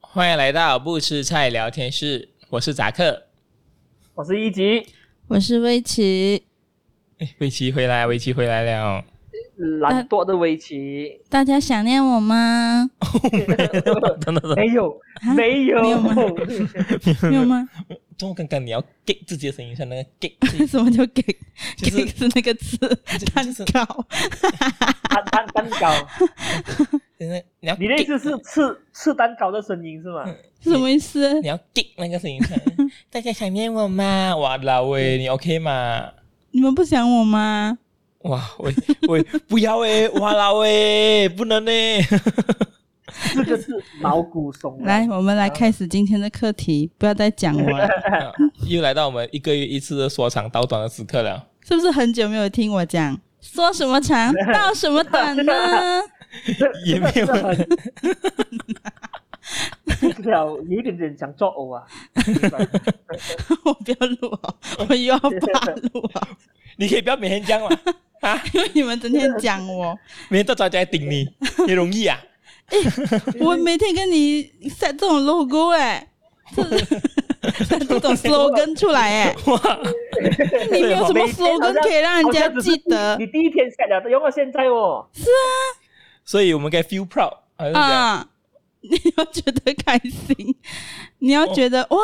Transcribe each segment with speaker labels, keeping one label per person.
Speaker 1: 欢迎来到不吃菜聊天室，我是扎克。
Speaker 2: 我是一级
Speaker 3: 我是威奇，
Speaker 1: 哎，围棋回来，围棋回来了。
Speaker 3: 呃
Speaker 2: 懒惰的围 棋，
Speaker 3: 大家想念我吗？
Speaker 1: 等等等，
Speaker 2: 没有
Speaker 3: 啊
Speaker 2: 没有
Speaker 3: 没 有吗没有吗？
Speaker 1: 就刚刚你要 get 自己的声音，像那个 get，
Speaker 3: 什么叫给
Speaker 1: 就是
Speaker 3: 给是那个字？蛋
Speaker 1: 就是
Speaker 3: 糕
Speaker 2: 蛋蛋蛋糕，
Speaker 1: 真的你要
Speaker 2: 你的意
Speaker 1: get-
Speaker 2: 思是吃吃蛋糕的声音是 吗？
Speaker 3: 是什么意思
Speaker 1: 你？要 get 那个声音像，大家想念我吗？哇老喂，你 OK 吗？
Speaker 3: 你们不想我吗？
Speaker 1: 哇喂喂，不要哎，哇老喂，不能哎。
Speaker 2: 这个是毛骨悚
Speaker 3: 来，
Speaker 2: 然。
Speaker 3: 我们来开始今天的课题，不要再讲我 了，
Speaker 1: 啊又来到我们一个月一次的说长道短的时刻了。
Speaker 3: 是不是很久没有听我讲？说什么 长道什么短呢？
Speaker 2: 这
Speaker 1: 也没有
Speaker 2: 这个很不知道，有一点点想作呕 啊！明白
Speaker 3: 我不要录哦，我又要怕录 哦，
Speaker 1: 你可以不要每天这样嘛，
Speaker 3: 因为你们整天讲我，
Speaker 1: 每天到早就来顶你，你容易啊？
Speaker 3: 我每天跟你 set 这种 logo 哎、这 set 这种 slogan 出来哎、
Speaker 1: 哇，
Speaker 3: 你没有什么
Speaker 2: 每天好
Speaker 3: slogan
Speaker 2: 像
Speaker 3: 可以让人家
Speaker 2: 好像只是
Speaker 3: 记得
Speaker 2: 你第一天下了，用到现在哦，
Speaker 1: 所以我们该 feel proud 哎好像是这样。
Speaker 3: 啊！ 你要觉得开心，你要觉得、哇，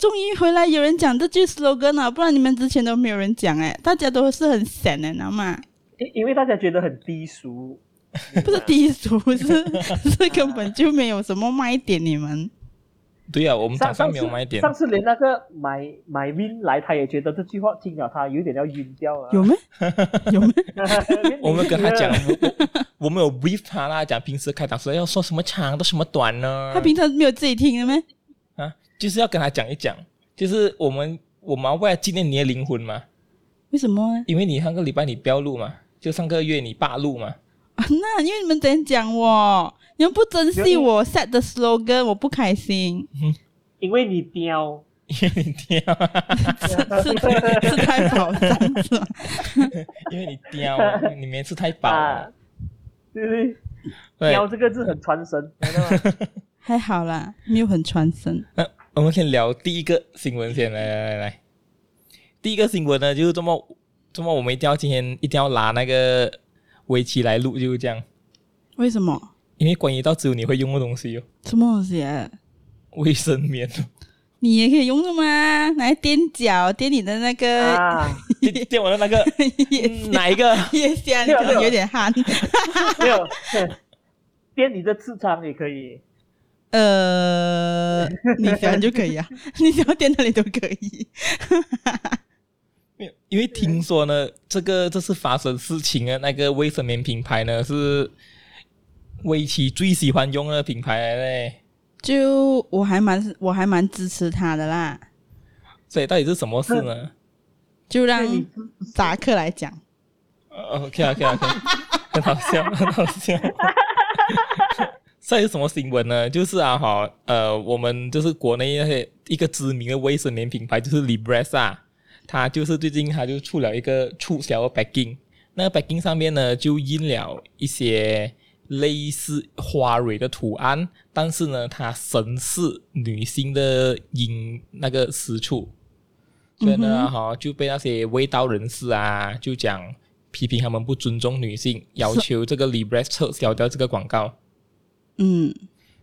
Speaker 3: 终于回来有人讲这句 slogan 了，不然你们之前都没有人讲哎，大家都是很散的，你知道吗？
Speaker 2: 因因为大家觉得很低俗，
Speaker 3: 不是低俗，是 是根本就没有什么卖点，你们
Speaker 1: 对啊，我们早
Speaker 2: 上
Speaker 1: 上
Speaker 2: 上
Speaker 1: 没有买点
Speaker 2: 次，上次连那个买买 win 来，他也觉得这句话听了他有点要晕掉啊。
Speaker 3: 有 没？有没？
Speaker 2: 嗯
Speaker 1: 我们跟他讲，我我们有 brief 他啦，讲平时开导说要说什么长，都什么短呢？
Speaker 3: 他平常没有自己听的咩？
Speaker 1: 啊，就是要跟他讲一讲，就是我们我们要为了纪念你的灵魂嘛，
Speaker 3: 为什么呢？
Speaker 1: 因为你上个礼拜你不要录嘛，就上个月你罢录嘛，
Speaker 3: 啊那因为你们整天讲我，你们不珍惜
Speaker 2: 有
Speaker 3: 我 set 的 slogan，我不开心，
Speaker 2: 因为你刁，
Speaker 1: 因为你掉，啊
Speaker 3: 是是是太好这样子吗？
Speaker 1: 因为你掉，你每次太饱
Speaker 2: 啊
Speaker 1: 了，，
Speaker 2: 对不对？
Speaker 1: 对，
Speaker 2: 雕这个字很传神，知道吗？
Speaker 3: 还好啦，没有很传神。
Speaker 1: 那呃我们先聊第一个新闻先，来来来来，第一个新闻呢，就是这么这么，我们一定要今天一定要拿那个围棋来录，就是这样，
Speaker 3: 为什么？
Speaker 1: 因为关于到只有你会用的东西哦，
Speaker 3: 什么东西、啊？
Speaker 1: 卫生棉，
Speaker 3: 你也可以用的吗？拿来踮脚，踮你的那个、
Speaker 2: 啊，
Speaker 1: 电电我的那个
Speaker 3: 腋
Speaker 1: 嗯哪一个？
Speaker 3: 腋下，你
Speaker 2: 没有
Speaker 3: 可
Speaker 2: 没
Speaker 3: 能
Speaker 2: 有
Speaker 3: 有点汗。
Speaker 2: 没有， 垫你的智商也可以，
Speaker 3: 呃，你想就可以啊， 你只要踮那里都可以。
Speaker 1: 没有因为听说呢，这个这次发生事情的那个卫生棉品牌呢是围棋最喜欢用的品牌来嘞，
Speaker 3: 就我还蛮我还蛮支持他的啦，
Speaker 1: 所以到底是什么事呢？
Speaker 3: 就让
Speaker 2: 对你
Speaker 3: 扎克来讲。
Speaker 1: 哦 OK 啊 OK 啊 OK，很好笑，很好笑。 这有什么新闻呢？就是啊哈，呃，我们就是国内那些一个知名的卫生棉品牌，就是 Libresa，、它就是最近它就出了一个促销的 backing，那个 backing 上面呢就印了一些类似花蕊的图案，但是呢它神似女性的阴那个私处，所以呢
Speaker 3: 嗯
Speaker 1: 哈、就被那些味道人士啊就讲批评他们不尊重女性，要求这个 Libres 撤销掉这个广告。
Speaker 3: 嗯，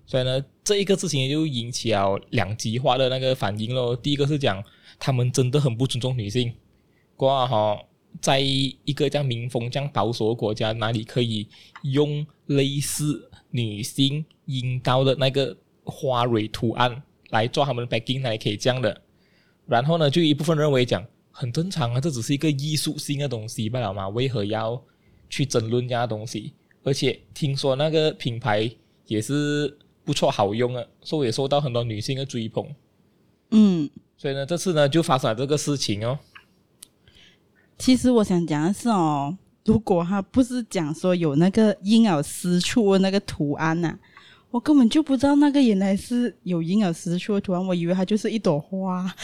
Speaker 1: 所以呢，这一个事情就引起了两极化的那个反应咯。第一个是讲他们真的很不尊重女性，哇哈，在一个这样民风这样保守的国家，哪里可以用类似女性阴道的那个花蕊图案来做他们的 backing 来可以这样的？然后呢，就有一部分认为讲很正常啊，这只是一个艺术性的东西罢了嘛，为何要去争论这样的东西？而且听说那个品牌也是不错好用啊，所以也受到很多女性的追捧。
Speaker 3: 嗯，
Speaker 1: 所以呢，这次呢就发生了这个事情哦。
Speaker 3: 其实我想讲的是哦，如果他不是讲说有那个婴儿私处的那个图案呐、我根本就不知道那个原来是有婴儿私处的图案，我以为它就是一朵花。啊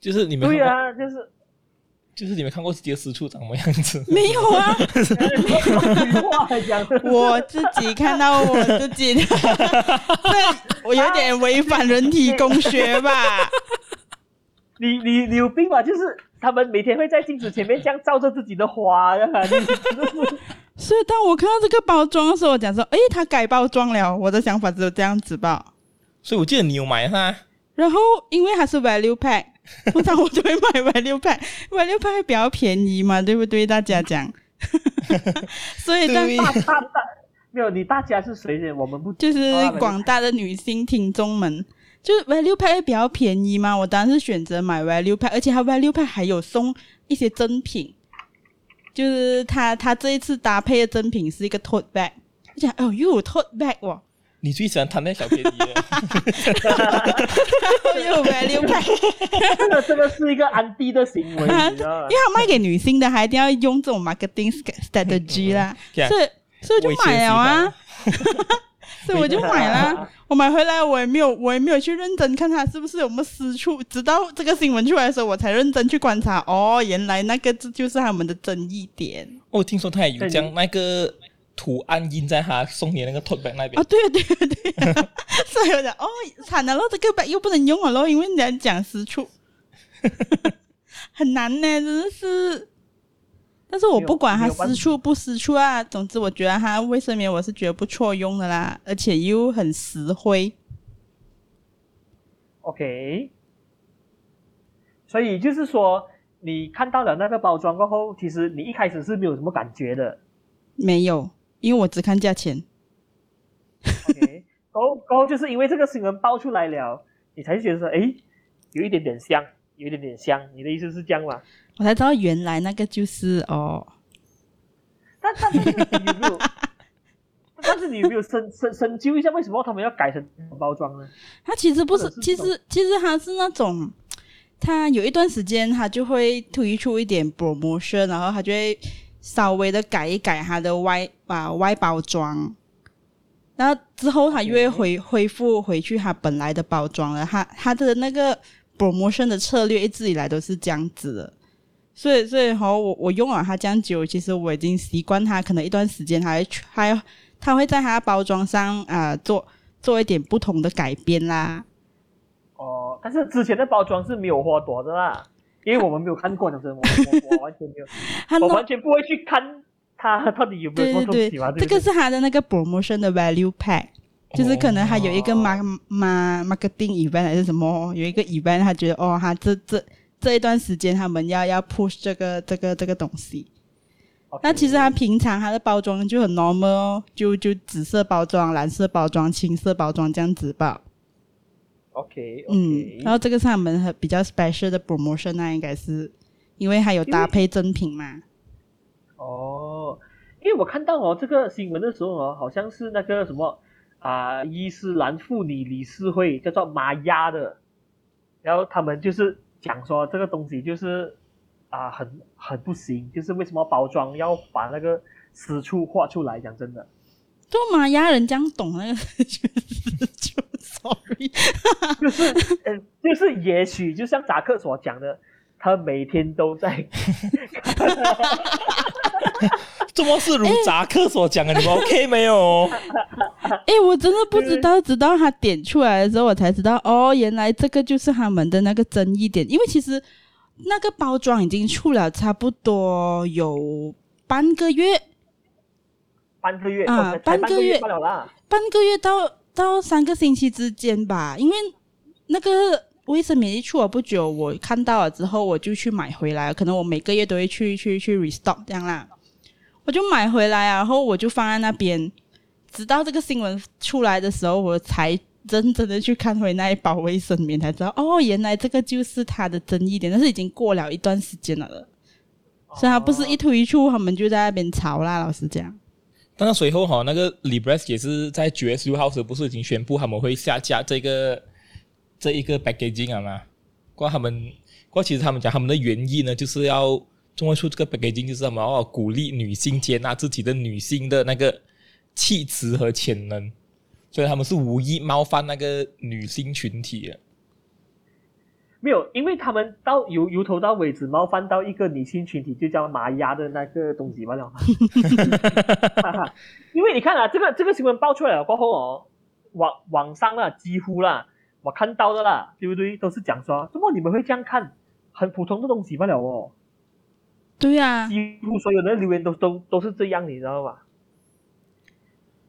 Speaker 1: 就是你们
Speaker 2: 对
Speaker 1: 看过
Speaker 2: 啊，就是
Speaker 1: 就是你们看过自己的私处长什么样子？
Speaker 3: 没有啊，
Speaker 2: 话讲的，
Speaker 3: 我自己看到我自己的， 这我有点违反人体工学吧？
Speaker 2: 你你你有病吧？就是他们每天会在镜子前面这样照着自己的花， 让他
Speaker 3: 所以当我看到这个包装的时候，我讲说，诶，它改包装了，我的想法只有这样子吧。
Speaker 1: 所以我记得你有买哈，
Speaker 3: 然后因为它是 value pack，通常我就会买 value pack，value pack 会比较便宜嘛，对不对？大家讲， 所以当
Speaker 1: 对
Speaker 2: 大大大没有你，大家是谁人？我们不
Speaker 3: 就是
Speaker 2: 啊，value pack
Speaker 3: 广大的女性听众们，就是 value pack 会比较便宜嘛，我当然是选择买 value pack，而且它 value pack 还有送一些赠品，就是它它这一次搭配的赠品是一个 tote bag，我讲哦又有 tote bag 哦，
Speaker 1: 你最喜欢贪那小便宜 了。
Speaker 3: 又有 value pack，
Speaker 2: 这个这个是一个安迪的行为，
Speaker 3: 啊
Speaker 2: 你知道吗
Speaker 3: 因为？它卖给女性的，还一定要用这种 marketing strategy 啦，
Speaker 1: 这样
Speaker 3: 所以所以我就买了啊， 所以我就买啦。我买回来，我也没有，我也没有去认真看它是不是有没有私处，直到这个新闻出来的时候，我才认真去观察。哦，原来那个这就是他们的争议点
Speaker 1: 哦，听说他也有
Speaker 2: 对
Speaker 1: 将那个图案印在他送你的那个 tote bag 那边。
Speaker 3: 哦，对 啊对啊对 啊所以我讲哦，惨了咯，这个 bag 又不能用了咯，因为人家讲私处，很难呢，真的是。但是我不管它
Speaker 2: 没有没有办法
Speaker 3: 私处不私处啊，总之我觉得它卫生棉我是觉得不错用的啦，而且又很实惠。
Speaker 2: OK，所以就是说，你看到了那个包装过后，其实你一开始是没有什么感觉的。
Speaker 3: 没有，因为我只看价钱。
Speaker 2: OK，然后然后就是因为这个新闻爆出来了，你才觉得说，诶，有一点点香，有一点点香。你的意思是这样吗？
Speaker 3: 我才知道原来那个就是哦，
Speaker 2: 但但是你有没 有？但是你有没有深深深究一下，为什么他们要改成这种包装呢？
Speaker 3: 它其实不
Speaker 2: 或
Speaker 3: 是
Speaker 2: 者是，
Speaker 3: 其
Speaker 2: 这种
Speaker 3: 实其实它是那种，它有一段时间它就会推出一点 promotion，然后它就会稍微的改一改它的外啊外包装，然后之后它又会恢恢复回去它本来的包装了。它它的那个 promotion 的策略一直以来都是这样子的。所以，所以哈，我我用了它这样久，其实我已经习惯它。可能一段时间还还它会在它的包装上啊、呃做做一点不同的改变啦。
Speaker 2: 哦，但是之前的包装是没有花朵的啦，因为我们没有看过，讲真，我 我我完全没有。
Speaker 3: 它
Speaker 2: 我
Speaker 3: 弄
Speaker 2: 完全不会去看它到底有没有
Speaker 3: 对
Speaker 2: 什么东
Speaker 3: 对
Speaker 2: 西嘛，
Speaker 3: 对，
Speaker 2: 对
Speaker 3: 这
Speaker 2: 不对
Speaker 3: 个是它的那个 promotion 的 value pack，就是可能它有一个
Speaker 2: 哦
Speaker 3: mark mark marketing event 还是什么，有一个 event，他觉得哦，他这这这一段时间他们要要 push 这个这个这个东西。
Speaker 2: OK
Speaker 3: 那其实它平常它的包装就很 normal 哦，就就紫色包装、蓝色包装、青色包装这样子吧。
Speaker 2: OK
Speaker 3: 嗯，然
Speaker 2: OK，
Speaker 3: 后这个是他们很比较 special 的 promotion，那应该是因为它有搭配赠品嘛。
Speaker 2: 哦，因为我看到哦这个新闻的时候哦，好像是那个什么啊、伊斯兰妇女理事会叫做玛雅的，然后他们就是讲说这个东西就是啊、很很不行，就是为什么包装要把那个私处画出来？讲真的，
Speaker 3: 做玛雅人这样懂那个就是就 sorry，
Speaker 2: 就是嗯、就是也许就像扎克所讲的，他每天都在
Speaker 1: 这么是如扎克所讲的，你们 OK 没有？
Speaker 3: 哎、我真的不知道，直到他点出来的时候，我才知道哦，原来这个就是他们的那个争议点。因为其实那个包装已经出了差不多有半个月，
Speaker 2: 半个月
Speaker 3: 啊
Speaker 2: 哦才才
Speaker 3: 半
Speaker 2: 半
Speaker 3: 个月
Speaker 2: 罢了啦。
Speaker 3: 半个月到到三个星期之间吧。因为那个卫生棉一出了不久，我看到了之后，我就去买回来，可能我每个月都会去去去 restock 这样啦。我就买回来啊，然后我就放在那边，直到这个新闻出来的时候，我才认真的去看回那一包卫生棉，才知道哦，原来这个就是它的争议点，但是已经过了一段时间了的，所以它不是
Speaker 2: 哦
Speaker 3: 一推出他们就在那边吵啦，老实讲。
Speaker 1: 但是随后哈，那个 Libres 也是在九月十六号时，不是已经宣布他们会下架这个这一个 packaging 啊嘛？过后他们，过后其实他们讲他们的原意呢，就是要中文出这个 packaging，就是他们要鼓励女性接纳自己的女性的那个气质和潜能，所以他们是无意冒犯那个女性群体的。
Speaker 2: 没有，因为他们到由由头到尾只冒犯到一个女性群体，就叫玛雅的那个东西罢了。 哈哈，因为你看啊，这个这个新闻爆出来了过后哦，网网上啦，几乎啦，我看到的啦，对不对？都是讲说，怎么你们会这样看？很普通的东西罢了哦，
Speaker 3: 对呀、
Speaker 2: 几乎所有的留言都都都是这样，你知道吗？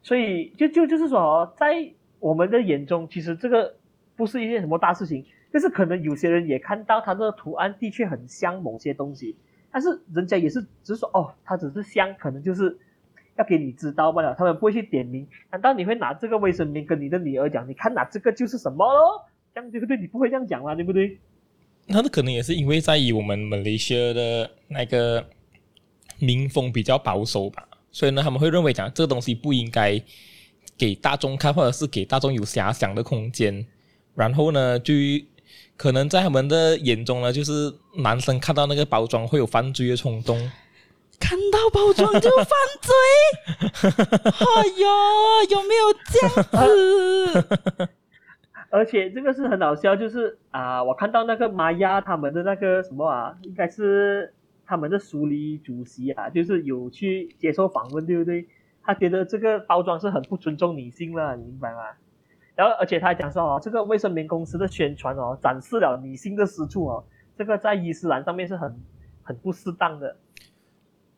Speaker 2: 所以就就就是说哦，在我们的眼中，其实这个不是一件什么大事情，但是可能有些人也看到它的图案的确很像某些东西，但是人家也是只是说哦，它只是香，可能就是要给你知道罢了，他们不会去点名。难道你会拿这个卫生棉跟你的女儿讲，你看拿这个就是什么咯？这样对不对？你不会这样讲嘛，对不对？
Speaker 1: 那可能也是因为在于我们 Malaysia 的那个民风比较保守吧，所以呢，他们会认为讲这个东西不应该给大众看，或者是给大众有遐想的空间。然后呢，就可能在他们的眼中呢，就是男生看到那个包装会有犯罪的冲动。
Speaker 3: 看到包装就犯罪， 哎呦，有没有这样子？
Speaker 2: 而且这个是很好笑，就是啊、我看到那个玛雅他们的那个什么啊，应该是他们的苏黎主席啊，就是有去接受访问，对不对？他觉得这个包装是很不尊重女性了，你明白吗？然后，而且他还讲说哦，这个卫生棉公司的宣传哦，展示了女性的私处哦，这个在伊斯兰上面是很很不适当的。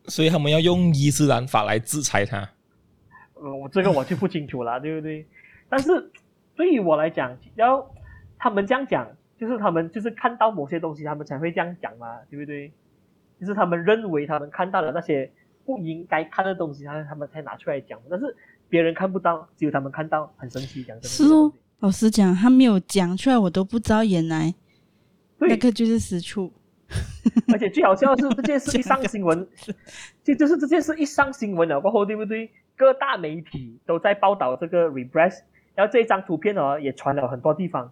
Speaker 1: 所以他们要用伊斯兰法来制裁他。
Speaker 2: 呃，我这个我就不清楚了，对不对？但是对于我来讲，然后他们这样讲，就是他们就是看到某些东西，他们才会这样讲嘛，对不对？就是他们认为他们看到了那些不应该看的东西，他们他们才拿出来讲。但是别人看不到，只有他们看到，很神奇，讲真的。
Speaker 3: 是哦，老实讲，他没有讲出来，我都不知道原来
Speaker 2: 对
Speaker 3: 那个就是私处。
Speaker 2: 而且最好笑的是，这件事一上新 闻，就就是这件事一上新闻了过后，对不对？各大媒体都在报道这个 repress，然后这一张图片哦也传了很多地方，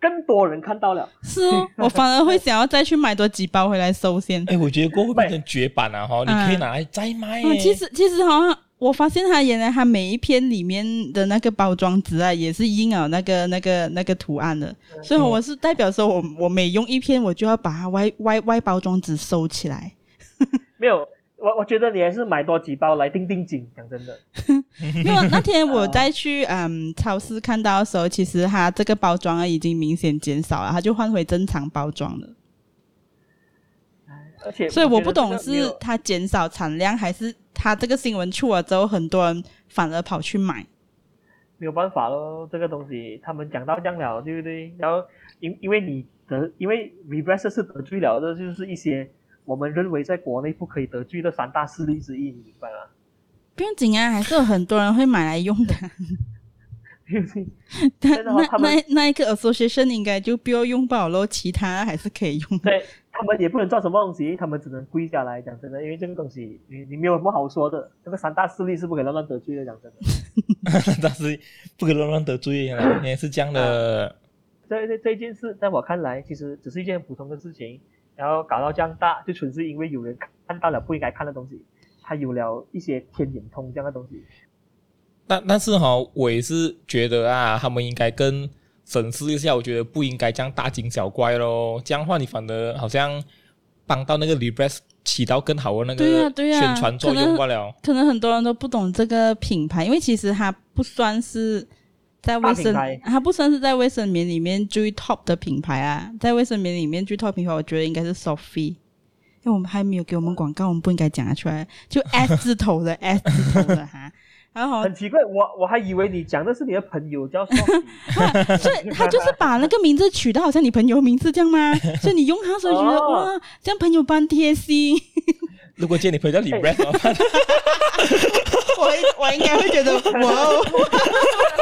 Speaker 2: 更多人看到了。
Speaker 3: 是哦，我反而会想要再去买多几包回来收先。
Speaker 1: 哎，我觉得过后会变成绝版啊！哈，你
Speaker 3: 嗯
Speaker 1: 可以拿来再卖耶、
Speaker 3: 啊，其实其实好像我发现它原来它每一篇里面的那个包装纸啊，也是印了那个那个那个图案的，所以我是代表说我我每用一篇，我就要把它外外外包装纸收起来。
Speaker 2: 没有，我我觉得你还是买多几包来定定景。讲真的，
Speaker 3: 没有，那天我再去嗯超市看到的时候，其实它这个包装啊已经明显减少了，它就换回正常包装了。
Speaker 2: 而且
Speaker 3: 所以我
Speaker 2: 觉得
Speaker 3: 不懂
Speaker 2: 这个没有
Speaker 3: 是它减少产量，还是它这个新闻出了之后，很多人反而跑去买。
Speaker 2: 没有办法咯，这个东西他们讲到这样了，对不对？然后因因为你得因为 repress 是得罪了的，就是一些我们认为在国内不可以得罪的三大势力之一，你明白吗？
Speaker 3: 不用紧啊，还是有很多人会买来用的。
Speaker 2: 对不 对？
Speaker 3: 但
Speaker 2: 真的哦
Speaker 3: 那
Speaker 2: 他们
Speaker 3: 那那一个 association 应该就不要用爆喽，其他还是可以用的。
Speaker 2: 对他们也不能做什么东西，他们只能跪下来。讲真的，因为这个东西你你没有什么好说的，这个三大势力是不可以乱乱得罪的。讲真 的，
Speaker 1: 但是不可以乱乱得罪人啊，原来是这样的。
Speaker 2: 这这这件事在我看来，其实只是一件普通的事情，然后搞到这样大，就纯是因为有人看到了不应该看的东西，他有了一些天眼通这样的东西。
Speaker 1: 但但是哈、我也是觉得啊，他们应该更审视一下，我觉得不应该这样大惊小怪咯。这样的话，你反而好像帮到那个 Libres 起到更好的那
Speaker 3: 对
Speaker 1: 个
Speaker 3: 啊对啊
Speaker 1: 宣传作
Speaker 3: 可能
Speaker 1: 用罢了。
Speaker 3: 可能很多人都不懂这个品牌，因为其实它不算是在卫生
Speaker 2: 大品牌，
Speaker 3: 它不算是在卫生棉里面最 top 的品牌啊。在卫生棉里面最 top 品牌，我觉得应该是 Sophie。因为我们还没有给我们广告，我们不应该讲它出来。就 S 字头的 S 字头的哈，然后
Speaker 2: 很奇怪，我我还以为你讲的是你的朋友叫 Sophie
Speaker 3: 所以他就是把那个名字取得好像你朋友名字这样吗？所以你用他的时候觉得、
Speaker 2: 哦
Speaker 3: 哇，这样朋友般贴心。
Speaker 1: 如果见你朋友叫 Libres，怎么
Speaker 3: 哎
Speaker 1: 办
Speaker 3: 我我应该会觉得哇哦，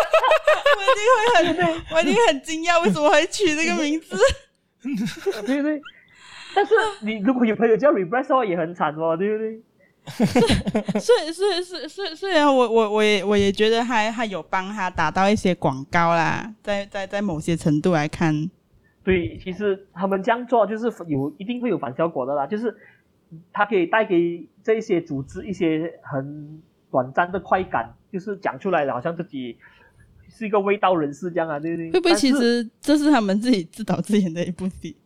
Speaker 3: 我一定会很我一定很惊讶，为什么会取这个名字？
Speaker 2: 对不对？但是你如果有朋友叫 Repress 的话，也很惨哦，对不对？
Speaker 3: 所以所以所以所以虽然我我我也我也觉得他他有帮他打到一些广告啦，在在在某些程度来看，
Speaker 2: 对，其实他们这样做就是有一定会有反效果的啦，就是它可以带给这些组织一些很短暂的快感，就是讲出来了，好像自己是一个味道人士这样啊，对不对？
Speaker 3: 会不会
Speaker 2: 但是
Speaker 3: 其实这是他们自己自导自演的一部戏？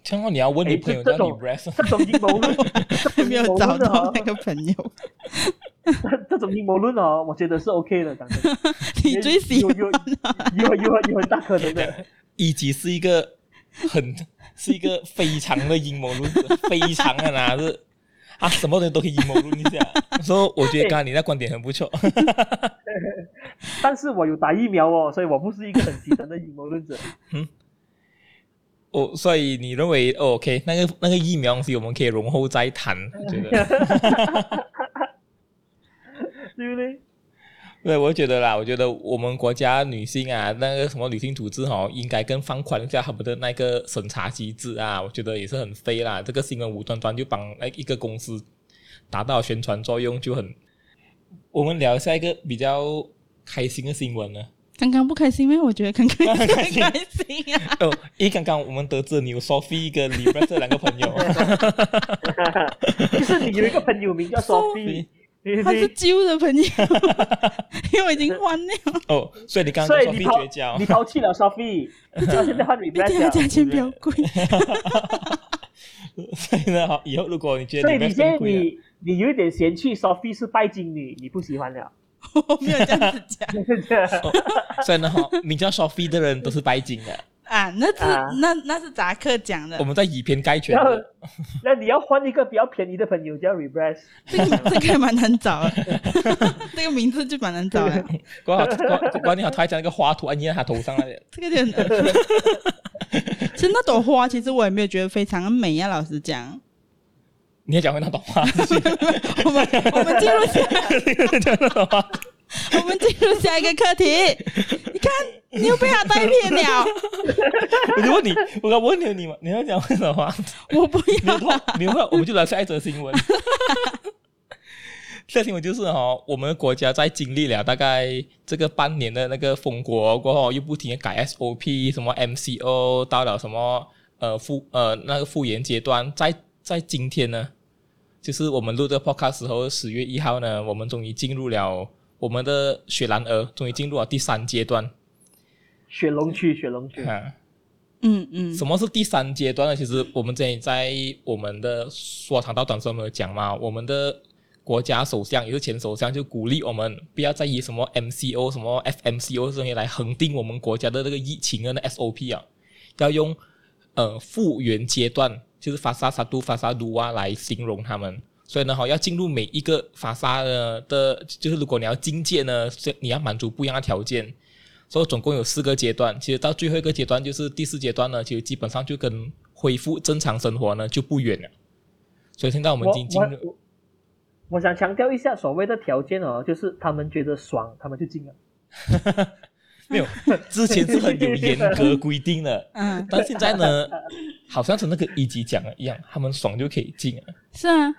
Speaker 1: 这样的话你要问你
Speaker 2: 哎
Speaker 1: 朋友
Speaker 2: 这
Speaker 1: 叫
Speaker 2: 这
Speaker 1: 你
Speaker 2: 种
Speaker 1: ref，
Speaker 2: 这种阴谋论，这种
Speaker 3: 没
Speaker 2: 阴
Speaker 3: 有
Speaker 2: 谋
Speaker 3: 找
Speaker 2: 论
Speaker 3: 到
Speaker 2: 哦
Speaker 3: 那，个朋友，
Speaker 2: 这种阴谋论哦，我觉得是 OK 的，讲真，
Speaker 3: 你最喜
Speaker 2: 有
Speaker 3: 欢
Speaker 2: 有有有有很大可 能的。
Speaker 1: 以及是一个很是一个非常的阴谋论者，非常的啦是啊，什么东西都可以阴谋论一下。所以我觉得刚刚你那观点很不错。
Speaker 2: 但是我有打疫苗哦，所以我不是一个很极端的阴谋论者。
Speaker 1: 哦，所以你认为、哦、OK 那个那个疫苗东西我们可以容后再 谈，我觉得
Speaker 2: 对不对？
Speaker 1: 对，我觉得啦，我觉得我们国家女性啊，那个什么女性组织哦，应该更放宽一下他们的那个审查机制啊，我觉得也是很飞啦。这个新闻无端端就帮那一个公司达到宣传作用，就很。我们聊一下一个比较开心的新 闻呢。
Speaker 3: 刚刚不开心咩？我觉得刚刚很
Speaker 1: 开心
Speaker 3: 开心 啊。
Speaker 1: 哦，因为刚刚我们得知你有 Sophie 跟 l i b r 这两个朋 友，
Speaker 2: 就是你有一个朋友 名叫 Sophie，对不
Speaker 3: 他是
Speaker 2: 对？
Speaker 3: 旧的 朋友，因为我已经换了。
Speaker 1: 哦，所以你刚刚
Speaker 2: 所
Speaker 1: 跟
Speaker 2: 以你
Speaker 1: Sophie
Speaker 2: 抛
Speaker 1: 绝交
Speaker 2: 你，抛弃 了 Sophie，然后现在换
Speaker 3: 毕竟他
Speaker 2: Rebecca，
Speaker 3: 价钱比较贵，
Speaker 1: 所以呢，以后如果你觉得
Speaker 2: 所以
Speaker 1: l i
Speaker 2: 你
Speaker 1: b
Speaker 2: 现在
Speaker 1: 更贵了，
Speaker 2: 你你有一点嫌弃 Sophie 是拜金女，你不喜欢了。
Speaker 3: 我 没有这样子讲
Speaker 1: 所以呢，哈，名叫 Sophie 的人都是拜金的，
Speaker 3: 啊。那是、
Speaker 2: 啊
Speaker 3: 那那是扎克讲的
Speaker 1: 我，们在以偏概全
Speaker 2: 然后
Speaker 1: 的。，
Speaker 2: 那你要换一个比较便宜的朋友叫 Rebecca，
Speaker 3: 这个这个还蛮难找的， 这个名字就蛮难找的。
Speaker 1: 管好管管你好，他还讲那个花图按在他头上那里，
Speaker 3: 这个点， 其实那朵花其实我也没有觉得非常美啊。老实讲，
Speaker 1: 你也讲回那朵花，
Speaker 3: 我们我们进入下
Speaker 1: 讲那朵花，
Speaker 3: 我们进入下一个课题。你看，你又被他带偏了，
Speaker 1: 我就问你，我刚问你，你你要讲回什么？
Speaker 3: 我不
Speaker 1: 你
Speaker 3: 要
Speaker 1: 有空，你有空，我们就来下一则新闻。下一则新闻就是哦，我们国家在经历了大概这个半年的那个封国过后，又不停的改 SOP，什么 MCO，到了什么呃复呃那个复原阶段，在在今天呢，就是我们录这个 podcast 时候，十月一号呢，我们终于进入了我们的雪兰莪，终于进入了第三阶段
Speaker 2: 雪龙区，雪龙区。
Speaker 1: 啊。
Speaker 3: 嗯嗯
Speaker 1: 什么是第三阶段呢？其实我们之前在我们的说长道短说没有讲嘛，我们的国家首相也是前首相就鼓励我们不要再以什么 MCO、什么 FMCO 这些来恒定我们国家的这个疫情的那 SOP 啊，要用呃复原阶段，就是法沙沙都、法沙都啊来形容他们。所以呢，哈，要进入每一个法沙的的，就是如果你要境界呢，是你要满足不一样的条件。所以总共有四个阶段，其实到最后一个阶段就是第四阶段呢，其实基本上就跟恢复正常生活呢就不远了。所以现在我们
Speaker 2: 我
Speaker 1: 已经进入
Speaker 2: 我我想强调一下，所谓的条件哦，就是他们觉得爽，他们就进了。
Speaker 1: 没有，之前是很有严格规定的，
Speaker 3: 嗯，
Speaker 1: 但现在呢，好像是那个一级讲的一样，他们爽就可以进了。
Speaker 3: 是啊，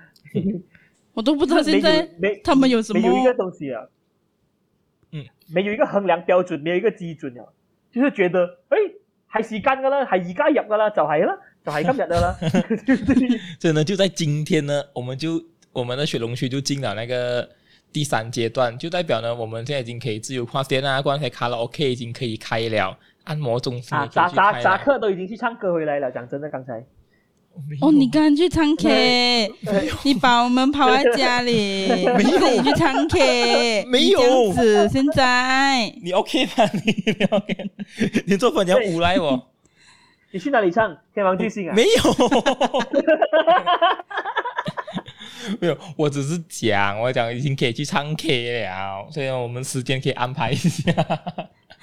Speaker 3: 我都不知道现在
Speaker 2: 没有没
Speaker 3: 他们有什么
Speaker 2: 没有一个东西啊，
Speaker 1: 嗯，
Speaker 2: 没有一个衡量标准，没有一个基准啊，就是觉得，哎，係時間㗎啦，係而家入㗎啦，就係啦，就係今 日㗎啦， 對不對
Speaker 1: 所以呢，就在今天呢，我们就我们的雪龙区就进了那个第三阶段，就代表呢，我们现在已经可以自由跨店啊，逛一些卡拉 OK 已经可以开了，按摩中心
Speaker 2: 啊，
Speaker 1: 也可以
Speaker 2: 扎
Speaker 1: 嗯去
Speaker 2: 扎
Speaker 1: 开
Speaker 2: 扎
Speaker 1: 了。
Speaker 2: 克都已经去唱歌回来了，講真的，剛才
Speaker 1: 没有
Speaker 3: 哦，你刚刚去唱 K，你把我们抛在家里，
Speaker 1: 没有
Speaker 3: 自己去唱 K，
Speaker 1: 没有
Speaker 3: 你这样子现在
Speaker 1: 你 OK 吗？你你 OK？你做朋友诬赖我？
Speaker 2: 你去哪裡唱《天王巨星》啊？
Speaker 1: 没有，没有，我只是讲，我讲已经可以去唱 K 了，所以我们时间可以安排一下。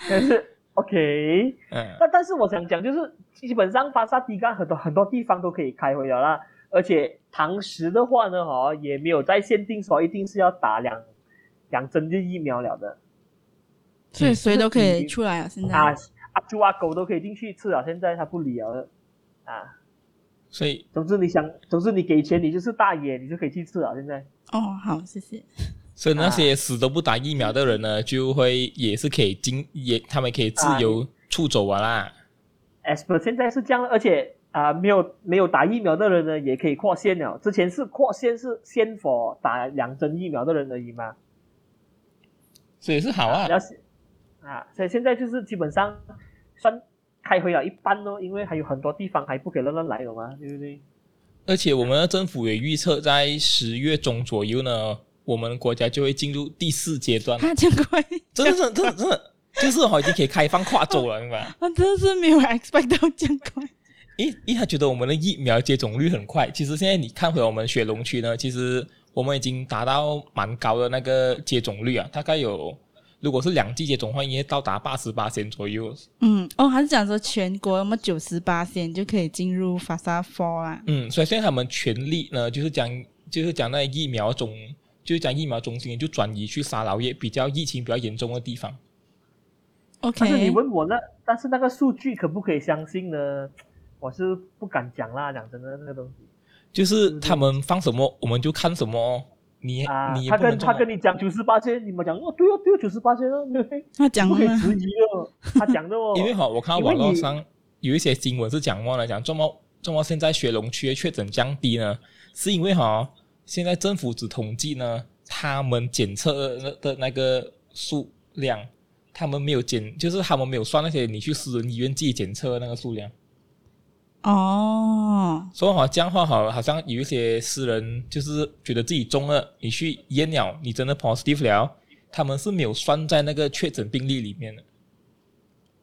Speaker 2: 但是 OK，
Speaker 1: 嗯，
Speaker 2: 但但是我想讲，就是基本上巴萨迪干很多很多地方都可以开回了啦，而且堂食的话呢，哈、也没有再限定说一定是要打两两针就疫苗了的
Speaker 3: 所以谁都可以出来啊！现在
Speaker 2: 啊，阿猪阿狗都可以进去吃了，现在他不理了的啊。
Speaker 1: 所以
Speaker 2: 总之你想，总之你给钱，你就是大爷，你就可以去吃了。现在
Speaker 3: 哦，好，谢谢。
Speaker 1: 所以那些死都不打疫苗的人呢，就会也是可以经也他们可以自由出走啊啦。
Speaker 2: Asper 现在是这样了，而且啊、没有没有打疫苗的人呢，也可以扩线了。之前是扩线是先 for 打两针疫苗的人而已嘛，
Speaker 1: 所以是好啊
Speaker 2: 然，后是啊，所以现在就是基本上算开回了一半哦，因为还有很多地方还不可以乱乱来的嘛，对不对？
Speaker 1: 而且我们的政府也预测，在十月中左右呢，我们国家就会进入第四阶 段。
Speaker 3: 他这个
Speaker 1: 真的是，真的，真的，就是好、已经可以开放跨州了，明白？
Speaker 3: 我真的是没有 expect 到这样快。
Speaker 1: 因因为他觉得我们的疫苗接种率很快，其实现在你看回我们雪龙区呢，其实我们已经达到蛮高的那个接种率啊，大概有如果是两剂接种的话，应该到达八十八千左右。
Speaker 3: 嗯，哦，还是讲说全国那么九十八线就可以进入 FASA Four 啊啦。
Speaker 1: 嗯，所以现在他们全力呢，就是将就是将那疫苗中，就是将疫苗中心就转移去沙劳越比较疫情比较严重的地方。
Speaker 2: 但是你
Speaker 3: OK，
Speaker 2: 问我那，但是那个数据可不可以相信呢？我是不敢讲啦，讲真的，那个东西
Speaker 1: 就是他们放什么，我们就看什么哦。你、
Speaker 2: 啊
Speaker 1: 你，也
Speaker 2: 他
Speaker 1: 不
Speaker 2: 跟
Speaker 1: 能
Speaker 2: 他
Speaker 1: 中，
Speaker 2: 跟你讲九十八千，你们讲哦，对哦，对哦，九十八千哦，对不对？
Speaker 3: 他讲
Speaker 2: 不
Speaker 3: 了
Speaker 2: 可以质疑哦，他讲的哦
Speaker 1: 因为哈，我看到
Speaker 2: 因为
Speaker 1: 网络
Speaker 2: 你
Speaker 1: 上有一些新闻是讲忘了讲，怎么怎么现在雪龙区的确诊降低呢？是因为哈，现在政府只统计呢，他们检测的的那个数量，他们没有检，就是他们没有算那些你去私人医院自己检测的那个数量。
Speaker 3: 哦，
Speaker 1: 所以哈，这样话好，好像有一些私人就是觉得自己中了，你去验了，你真的 positive 了，他们是没有算在那个确诊病例里面的。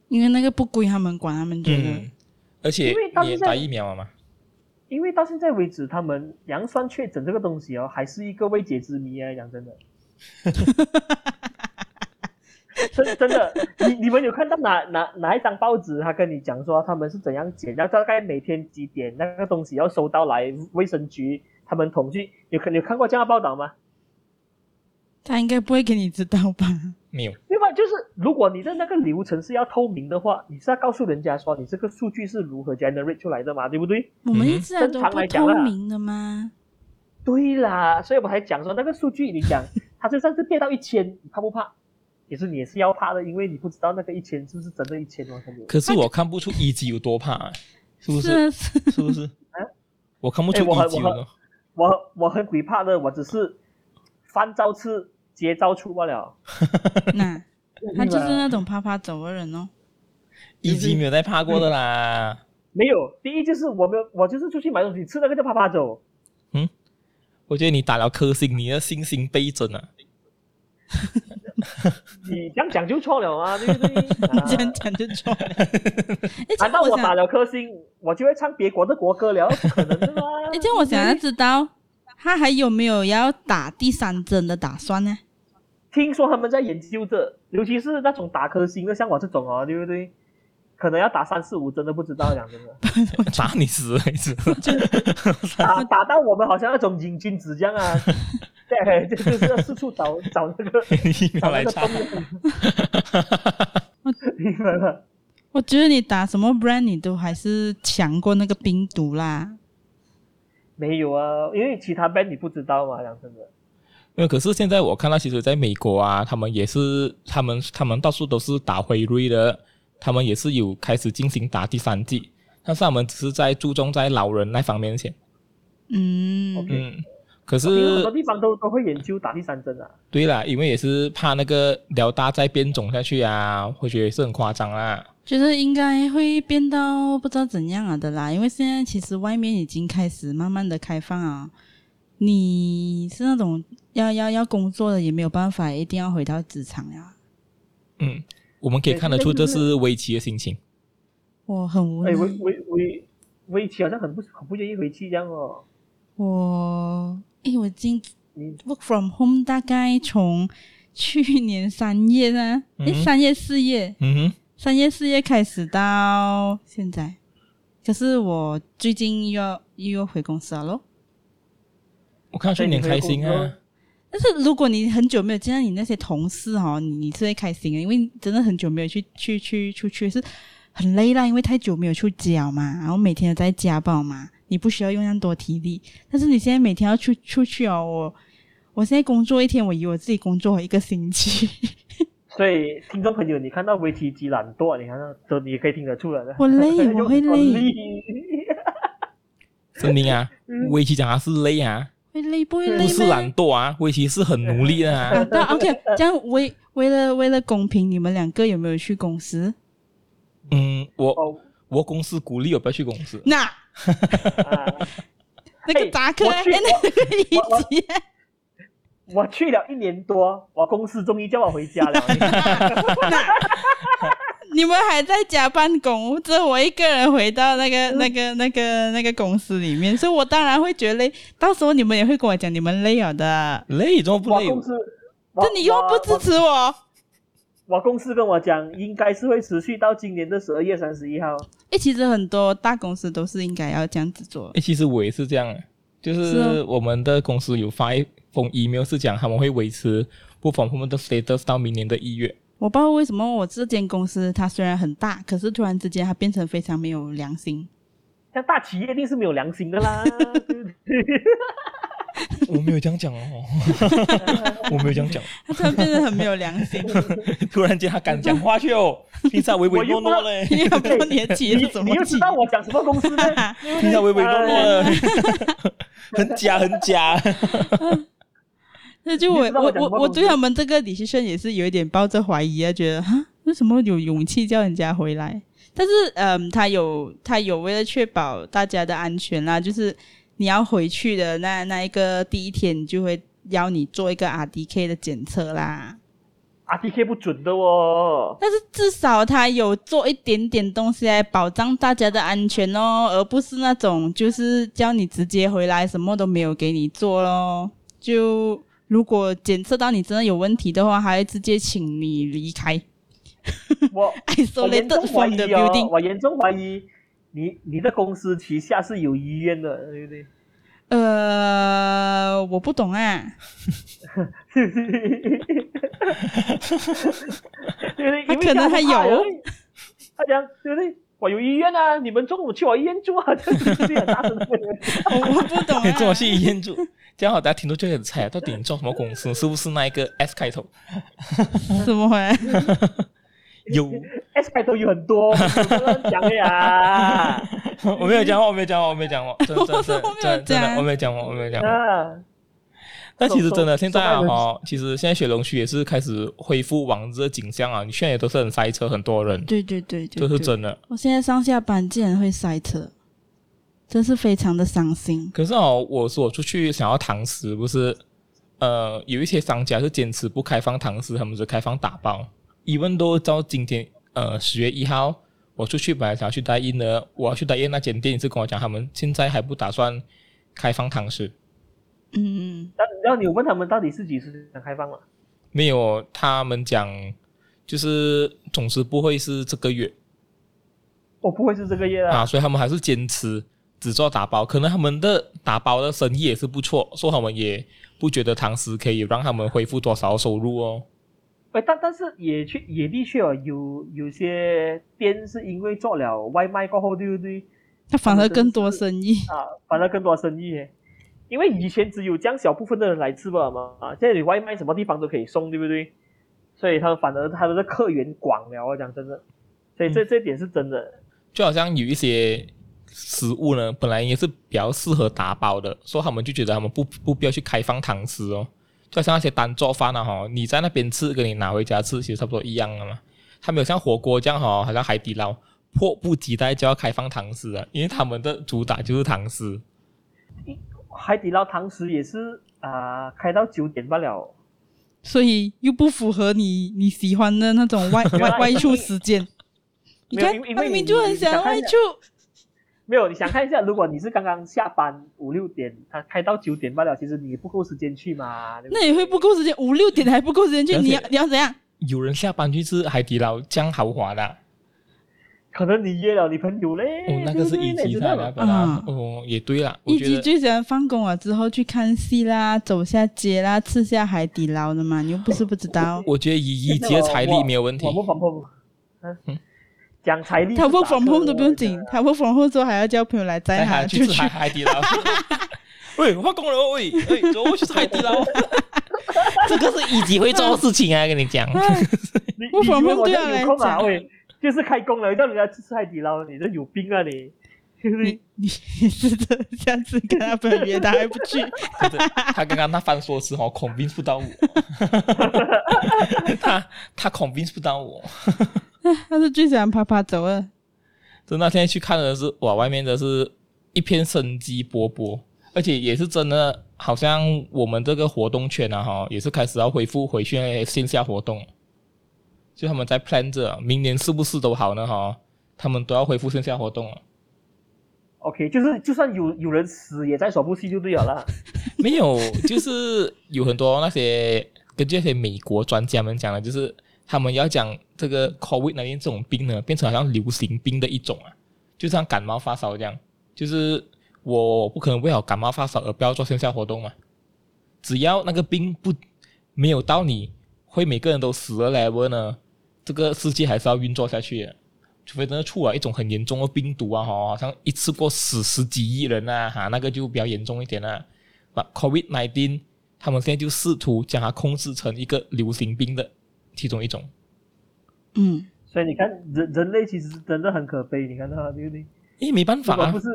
Speaker 3: 因为那个不归他们管，他们觉得、
Speaker 1: 嗯，而且
Speaker 2: 因为当
Speaker 1: 你也
Speaker 2: 下
Speaker 1: 打疫苗了嘛。
Speaker 2: 因为到现在为止，他们羊酸确诊这个东西哦，还是一个未解之谜啊！讲真的，真真的，你你们有看到哪哪哪一张报纸，他跟你讲说他们是怎样解，然后大概每天几点那个东西要收到来卫生局，他们统计，有看有看过这样的报道吗？
Speaker 3: 他应该不会给你知道
Speaker 2: 嗯
Speaker 3: 吧？
Speaker 1: 没有，
Speaker 2: 另外就是，如果你的那个流程是要透明的话，你是要告诉人家说你这个数据是如何 generate 出来的嘛，对不对？
Speaker 3: 我们一直来都
Speaker 2: 正常
Speaker 3: 不
Speaker 2: 来讲
Speaker 3: 透
Speaker 2: 啦
Speaker 3: 明的吗？
Speaker 2: 对啦，所以我才讲说那个数据，你讲 它就算是跌到一千，你怕不怕？也是你也是要怕的，因为你不知道那个一千是不是真的一千哦，朋友。
Speaker 1: 可是我看不出一级有多怕、啊，是不是？
Speaker 3: 是 是，
Speaker 1: 是不 是？我看不出
Speaker 2: 啊哎我还
Speaker 1: 一级有
Speaker 2: 我
Speaker 1: 多。
Speaker 2: 我我很鬼怕的，我只是翻招吃，接招出不了。
Speaker 3: 那他就是那种啪啪走的人哦。
Speaker 1: 一级没有再怕过的啦。
Speaker 2: 没有，第一就是我没有，我就是出去买东西吃那个叫啪啪走，
Speaker 1: 我觉得你打了颗星，你的信心啊倍增了、
Speaker 2: 你这样讲就错了 啊，对不对？啊
Speaker 3: 这样讲就错了。哎，这
Speaker 2: 难
Speaker 3: 样
Speaker 2: 道啊我打
Speaker 3: 想，。
Speaker 2: 了颗星，我就会唱别国的国歌了？不可能的嘛
Speaker 3: 哎，这样我想要知道，他还有没有要打第三针的打算呢？
Speaker 2: 听说他们在研究这，尤其是那种打颗星的，像我这种哦，对不对？可能要打三四五，真的不知道，讲真 的，
Speaker 1: 打你死为止。
Speaker 2: 打打到我们好像那种瘾君子这样 啊，对， 就就是要四处找找那个
Speaker 1: 你 疫苗
Speaker 2: 找
Speaker 1: 来
Speaker 2: 那个
Speaker 1: 查
Speaker 2: 洞，，明白吗？
Speaker 3: 我觉得你打什么 brand 你都还是强过那个冰毒啦。
Speaker 2: 没有啊，因为其他 band 你不知道嘛，讲真的，
Speaker 1: 因为可是现在我看到，其实在美国啊，他们也是，他们他们到处都是打辉瑞的，他们也是有开始进行打第三剂，但是他们只是在注重在老人那方面先。
Speaker 3: 嗯
Speaker 2: OK
Speaker 1: 嗯，可
Speaker 2: 因为很多
Speaker 1: 是
Speaker 2: 地方都都会研究打第三针啊。
Speaker 1: 对啦，因为也是怕那个辽大再变种下去啊，会觉得也是很夸张啊。
Speaker 3: 觉得应该会变到不知道怎样了的啦，因为现在其实外面已经开始慢慢的开放啊。你是那种要要要工作的，也没有办法，一定要回到职场呀。
Speaker 1: 嗯，我们可以
Speaker 2: 对
Speaker 1: 看得出
Speaker 2: 这
Speaker 1: 这
Speaker 2: 个就是
Speaker 1: 是危机的心情。
Speaker 3: 我很无
Speaker 2: 哎，
Speaker 3: 奈，
Speaker 2: 维维维维奇好像很不很不愿意回去这样哦。
Speaker 3: 我哎，我已经
Speaker 2: 你
Speaker 3: work from home 大概从去年三月呢，哎、
Speaker 1: 嗯哼
Speaker 3: 三月四月，
Speaker 1: 嗯哼，
Speaker 3: 三月四月开始到现在，可是我最近又要又要回公司了咯。
Speaker 1: 我看去
Speaker 2: 所以你
Speaker 1: 年
Speaker 2: 回
Speaker 1: 开心
Speaker 2: 国
Speaker 1: 啊
Speaker 2: 了。
Speaker 3: 但是如果你很久没有见到你那些同事哦，你你是会开心的，因为你真的很久没有去去去出去，是很累啦，因为太久没有出脚嘛，然后每天都在家暴嘛，你不需要用那么多体力。但是你现在每天要出出去哦，我我现在工作一天，我以为我自己工作了一个星期，
Speaker 2: 所以听众朋友，你看到维奇极懒惰，你看到都你也可以听得出来的。
Speaker 3: 我 累，我会累，
Speaker 2: 累。
Speaker 1: 森林啊，
Speaker 2: 嗯
Speaker 1: 威奇讲他是累啊，
Speaker 3: 会累不会累
Speaker 1: 不是
Speaker 3: 吗
Speaker 1: 懒？惰啊，威奇是很努力的
Speaker 3: 好
Speaker 1: 啊。
Speaker 3: 的，OK，这样为为了为了公平，你们两个有没有去公司？
Speaker 1: 嗯，我
Speaker 2: 哦
Speaker 1: 我公司鼓励我哦不要去公司，
Speaker 3: 那
Speaker 2: 啊，
Speaker 3: 那个
Speaker 2: 嘿
Speaker 3: 扎克
Speaker 2: 我去
Speaker 3: 那个
Speaker 2: 我
Speaker 3: 一级，
Speaker 2: 我去了一年多，我公司终于叫我回家 了。
Speaker 3: 哎你们还在家办公，只有我一个人回到那 个、那个、那个、那个公司里面，所以我当然会觉得累。到时候你们也会跟我讲你们累了的，啊
Speaker 1: 累怎么不
Speaker 2: 我
Speaker 1: 累？
Speaker 2: 公司，我
Speaker 3: 这你又不支持我。
Speaker 2: 我我公司跟我讲，应该是会持续到今年的十二月三十一号。
Speaker 3: 诶，其实很多大公司都是应该要这样子做
Speaker 1: 诶，其实我也是这样，啊就是是
Speaker 3: 哦
Speaker 1: 我们的公司有发一封 email 是讲他们会维持不防他们的 status 到明年的一月。
Speaker 3: 我不知道为什么我这间公司它虽然很大，可是突然之间它变成非常没有良心。
Speaker 2: 像大企业一定是没有良心的啦， 对不对？
Speaker 1: 我没有这样讲 哦，我没有这样讲，
Speaker 3: 它突然变得很没有良 心，
Speaker 1: 突然间他敢讲话去哦，平常唯唯诺诺嘞，
Speaker 3: 你也不知道你的企业
Speaker 2: 你
Speaker 3: 是 怎
Speaker 2: 你
Speaker 3: 么
Speaker 2: 又
Speaker 3: 起
Speaker 2: 知。道我讲什么公司 呢？
Speaker 1: 平常唯唯诺诺嘞，很假很 假。
Speaker 3: 那就
Speaker 2: 你
Speaker 3: 我
Speaker 2: 知道我讲
Speaker 3: 我我
Speaker 2: 什么
Speaker 3: 我
Speaker 2: 公
Speaker 3: 对
Speaker 2: 司
Speaker 3: 他们这个 decision 也是有一点抱着怀疑啊，觉得哈为什么有勇气叫人家回来？但是嗯，他有他有为了确保大家的安全啦，就是你要回去的那那一个第一天，就会要你做一个 RDK 的检测啦。
Speaker 2: r 啊 t k 不准的哦。
Speaker 3: 但是至少他有做一点点东西来保障大家的安全哦，而不是那种就是叫你直接回来什么都没有给你做咯。就如果检测到你真的有问题的话，还会直接请你离开。
Speaker 2: 我我严重
Speaker 3: Isolated
Speaker 2: 怀
Speaker 3: from the
Speaker 2: 疑哦，
Speaker 3: building。
Speaker 2: 我严重怀疑你你的公司旗下是有医院的，对不对？
Speaker 3: 呃，我不懂啊，
Speaker 2: 对不 对？
Speaker 3: 他
Speaker 2: 因为这
Speaker 3: 可能
Speaker 2: 样
Speaker 3: 还
Speaker 2: 很怕
Speaker 3: 有
Speaker 2: 哦，他讲对不对？我有医院啊，你们中午去我医院住啊，这样子是很大声的。
Speaker 3: 我我不懂
Speaker 1: 你这么
Speaker 3: 啊。
Speaker 1: 去医院住，这样好，大家听到就开始猜，到底你做什么公司？是不是那一个 S 开 头？
Speaker 3: 怎么会？
Speaker 1: 有，
Speaker 2: S 开哎头有很多，不要乱讲的呀。
Speaker 1: 我没有讲话，我没有讲话，我没有讲 话，真的真的真的
Speaker 3: 我没有
Speaker 1: 真的真的，
Speaker 3: 讲
Speaker 1: 我没有讲话，我没有讲话。
Speaker 2: 啊，
Speaker 1: 但其实真的，
Speaker 2: 受
Speaker 1: 现在啊
Speaker 2: 受害人
Speaker 1: 哈，其实现在雪龙区也是开始恢复往日的景象啊，你现在也都是很塞车，很多人，
Speaker 3: 对对对对
Speaker 1: 这是
Speaker 3: 对，
Speaker 1: 真的。
Speaker 3: 我现在上下班竟然会塞车，真是非常的伤心。
Speaker 1: 可是哦，我说我出去想要堂食，不是呃，有一些商家是坚持不开放堂食，他们只开放打包。even 都到今天呃十月一号，我出去本来想要去大印的，我要去大印那间店是跟我讲，他们现在还不打算开放堂食。
Speaker 3: 嗯嗯。
Speaker 2: 但然后你问他们到底是几时想开放了？
Speaker 1: 没有，他们讲就是总之不会是这个月。
Speaker 2: 我不会是这个月
Speaker 1: 啊，
Speaker 2: 啊。
Speaker 1: 所以他们还是坚持只做打包，可能他们的打包的生意也是不错，所以他们也不觉得堂食可以让他们恢复多少收入哦。
Speaker 2: 哎，但但是也确也的确哦，有有些店是因为做了外卖过后，对不对？
Speaker 3: 他反而更多生意。
Speaker 2: 啊，反而更多生意耶。因为以前只有这样小部分的人来吃吧嘛，啊，现在你外卖什么地方都可以送，对不对？所以他们反而他们的客源广了，我讲真的，所以
Speaker 1: 嗯
Speaker 2: 这这点是真的。
Speaker 1: 就好像有一些食物呢，本来也是比较适合打包的，所以他们就觉得他们不不必要去开放堂食哦。就好像那些单做饭啊，哈，你在那边吃跟你拿回家吃其实差不多一样啊的嘛。他没有像火锅这样哈，好像海底捞迫不及待就要开放堂食了，因为他们的主打就是堂食。
Speaker 2: 海底捞堂食也是啊、开到九点罢了。
Speaker 3: 所以又不符合你你喜欢的那 种外
Speaker 2: 没有
Speaker 3: 外
Speaker 2: 啊
Speaker 3: 外出时间。你
Speaker 2: 没有
Speaker 3: 看
Speaker 2: 因为，因
Speaker 3: 他
Speaker 2: 为
Speaker 3: 明明
Speaker 2: 你
Speaker 3: 就很
Speaker 2: 你想看
Speaker 3: 外
Speaker 2: 一下
Speaker 3: 出，
Speaker 2: 没有，你 想看一下，如果你是刚刚下班五六点，他开到九点罢了，其实你也不够时间去嘛。对不对
Speaker 3: 那也会不够时间，五六点还不够时间去，
Speaker 1: 而且
Speaker 3: 你要你要怎样？
Speaker 1: 有人下班去吃海底捞，这样豪华的啊、
Speaker 2: 可能你约了你朋友嘞。
Speaker 1: 哦，那个是
Speaker 2: 对不对
Speaker 1: 一
Speaker 2: 那你
Speaker 1: 级
Speaker 2: 知
Speaker 1: 赛
Speaker 2: 道
Speaker 1: 来
Speaker 2: 吗
Speaker 1: 本啦
Speaker 3: 嗯，
Speaker 1: 哦，也对啦，我
Speaker 3: 一
Speaker 1: 觉
Speaker 3: 级
Speaker 1: 得
Speaker 3: 最喜欢放工了之后去看戏啦，走下街啦，吃下海底捞的嘛，你又不是不知 道。
Speaker 1: 我觉得以一级的财力没有问题
Speaker 2: 我，不 from home，
Speaker 1: 嗯
Speaker 2: 嗯，讲财力是
Speaker 3: 他
Speaker 2: 打折的。啊
Speaker 3: work from home 都不用紧
Speaker 2: 我觉，得
Speaker 3: 他 work from home 之后还要叫朋友来载
Speaker 1: 带
Speaker 3: 他
Speaker 1: 他
Speaker 3: 出
Speaker 1: 去吃
Speaker 3: 去
Speaker 1: 海。 海底捞。 喂，我发工了哦，喂，喂，走我去吃海底捞。 这个是一级会做的事情 啊，跟你讲。
Speaker 3: 哎
Speaker 2: 你
Speaker 3: work
Speaker 2: 你以
Speaker 3: from
Speaker 2: 为
Speaker 3: home
Speaker 2: 我
Speaker 3: 对
Speaker 2: 这
Speaker 3: 他
Speaker 2: 样
Speaker 3: 来
Speaker 2: 有空啊？
Speaker 3: 讲
Speaker 2: 喂，就是开工了，叫人家去吃海底捞，你这有病啊你！
Speaker 3: 你你你试着下次跟他朋友约 他还不去，
Speaker 1: 真的他刚刚那番说辞哦，convince 不到我，他他 convince 不到我。
Speaker 3: 他是最喜欢啪啪走了。
Speaker 1: 就那天去看的是哇，外面的是一片生机勃勃，而且也是真的，好像我们这个活动圈啊哈，也是开始要恢复回去那些线下活动，就他们在 plan 着明年是不是都好呢哈，他们都要恢复线下活动了。
Speaker 2: OK，就是就算有有人死也在首部戏就对了 啦。
Speaker 1: 没有，就是有很多那些根据那些美国专家们讲的，就是他们要讲这个 COVID 那 i 这种病呢，变成好像流行病的一种啊，就像感冒发烧这样。就是我不可能为了感冒发烧而不要做线下活动嘛，只要那个病不没有到你会每个人都死的 level 呢，这个世界还是要运作下去的。除非真的出了一种很严重的病毒啊，哈，好像一次过死十几亿人啊，哈，那个就比较严重一点啊啦、把 COVID 1 9他们现在就试图将它控制成一个流行病的其中一种。
Speaker 3: 嗯，
Speaker 2: 所以你看，人人类其实真的很可悲，你看他对不对？
Speaker 1: 诶，没办法、
Speaker 2: 如果
Speaker 1: 啊
Speaker 2: 不，是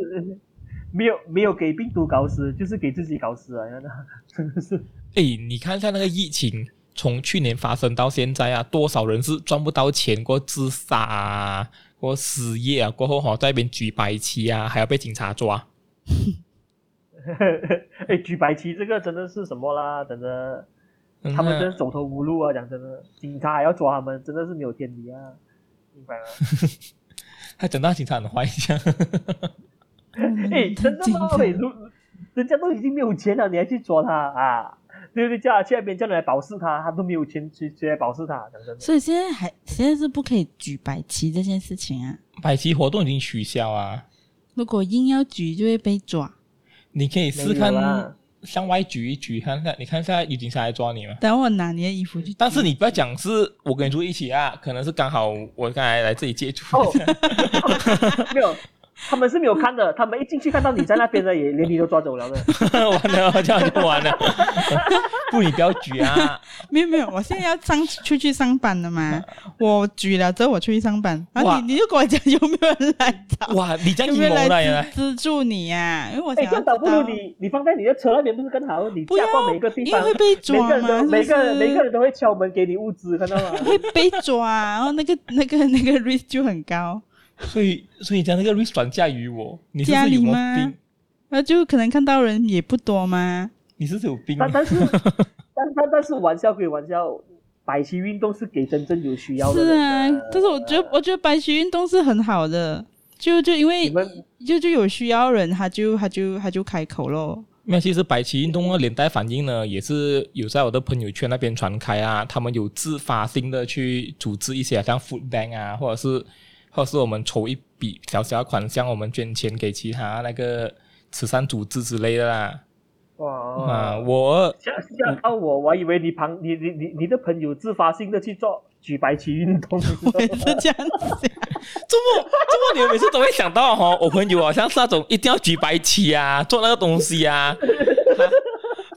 Speaker 2: 没有没有给病毒搞死，就是给自己搞死啊！真的 真的是
Speaker 1: 诶，哎你看一下那个疫情，从去年发生到现在啊，多少人是赚不到钱，过自杀啊，过失业啊，过后哈、在那边举白旗啊，还要被警察抓。
Speaker 2: 哎，举白旗这个真的是什么啦？真的，
Speaker 1: 嗯
Speaker 2: 他们
Speaker 1: 啊
Speaker 2: 真是走投无路啊！讲真的，警察还要抓他们，真的是没有天理啊！明 白吗？
Speaker 1: 他讲到警察很坏这样。
Speaker 2: 哎，真的吗？喂，如人家都已经没有钱了，你还去抓他啊？对不对？叫他去那边，叫你来保释他，他都没有钱去谁来保释他？讲真的，
Speaker 3: 所以现在还现在是不可以举白旗这件事情啊。
Speaker 1: 白旗活动已经取消啊，
Speaker 3: 如果硬要举，就会被抓。
Speaker 1: 你可以试看
Speaker 2: 没有啦
Speaker 1: 向外举一举，看看你看一下有警察来抓你吗？
Speaker 3: 等我拿你的衣服去举。
Speaker 1: 但是你不要讲是我跟你住一起啊，可能是刚好我刚才来这里接触。
Speaker 2: 哦， 没有，他们是没有看的，他们一进去看到你在那边的，也连你都抓走了的。
Speaker 1: 完了，这样就完了。不，你不要举啊！
Speaker 3: 没有没有，我现在要上出去上班了 嘛。我举了之后我出去上班，然后
Speaker 1: 哇
Speaker 3: 你你就跟我讲有没有人来找，
Speaker 1: 哇，你这
Speaker 3: 有
Speaker 1: 样啊阴
Speaker 3: 没有
Speaker 1: 谋
Speaker 3: 人
Speaker 1: 了，原
Speaker 3: 来
Speaker 1: 来
Speaker 3: 资资助你呀、啊？因为我
Speaker 2: 哎，
Speaker 3: 想
Speaker 2: 这
Speaker 3: 要
Speaker 2: 样倒
Speaker 3: 知
Speaker 2: 不如
Speaker 3: 道，
Speaker 2: 你你放在你的车那边不是更好？你
Speaker 3: 不
Speaker 2: 驾
Speaker 3: 要
Speaker 2: 过每一个地
Speaker 3: 因为
Speaker 2: 方
Speaker 3: 会，被
Speaker 2: 每
Speaker 3: 抓
Speaker 2: 个人
Speaker 3: 嘛，
Speaker 2: 都每个人每个
Speaker 3: 人
Speaker 2: 人都会敲门给你物资，看到吗？
Speaker 3: 会被抓啊，然后那个那个那个 risk 就很高，
Speaker 1: 所以所以将那个 risk 转嫁于我，你是不
Speaker 3: 家
Speaker 1: 是
Speaker 3: 里
Speaker 1: 有毛
Speaker 3: 吗
Speaker 1: 病？
Speaker 3: 然后就可能看到人也不多嘛。
Speaker 1: 你是不是有病啊
Speaker 2: 但？但是但但但是玩笑归玩笑，百旗运动是给真正有需要的呃
Speaker 3: 是
Speaker 2: 人
Speaker 3: 啊
Speaker 2: 的。，
Speaker 3: 但是我觉得我觉得白旗运动是很好的，就就因为
Speaker 2: 你们
Speaker 3: 就就有需要人，他就他就他就开口咯。
Speaker 1: 那其实白旗运动的啊连带反应呢，也是有在我的朋友圈那边传开啊，他们有自发性的去组织一些像 food bank 啊，或者是或者是我们筹一笔小小的款项，我们捐钱给其他那个慈善组织之类的啦。啊、
Speaker 2: 哇，
Speaker 1: 我
Speaker 2: 吓吓到我，我还以为你旁你你你你的朋友自发性的去做举白旗运动，
Speaker 3: 我也是这样子，
Speaker 1: 这么这么，你们每次都会想到哈，我朋友好像是那种一定要举白旗啊，做那个东西啊。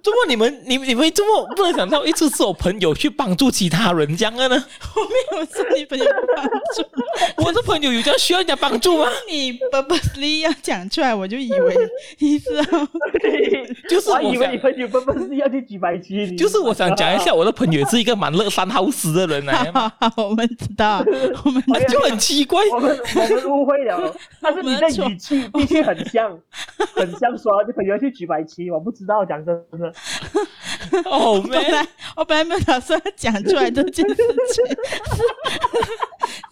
Speaker 1: 这么你们你你们这么不能想到一次是我朋友去帮助其他人这样的呢？
Speaker 3: 我没有说你朋友不帮助
Speaker 1: 我的朋友有这样需要人家帮助吗？
Speaker 3: 你 purposely 要讲出来，我就以为你是要
Speaker 1: 就是
Speaker 2: 我还以
Speaker 1: 我
Speaker 2: 为
Speaker 1: 想
Speaker 2: 你朋友根本是要去举白旗，你
Speaker 1: 就是我想讲一下，我的朋友也是一个蛮乐善好施的人来、 啊，
Speaker 3: 好好好，我们知道，我们
Speaker 2: 哎呀
Speaker 1: 就很奇怪。
Speaker 2: 我们我们误会 了，但是你的语气的确很像，很像说你朋友去举白旗，我不知道，讲真的，
Speaker 1: 哦
Speaker 3: 本
Speaker 1: ，man，
Speaker 3: 来我本来没有打算讲出来这件事情，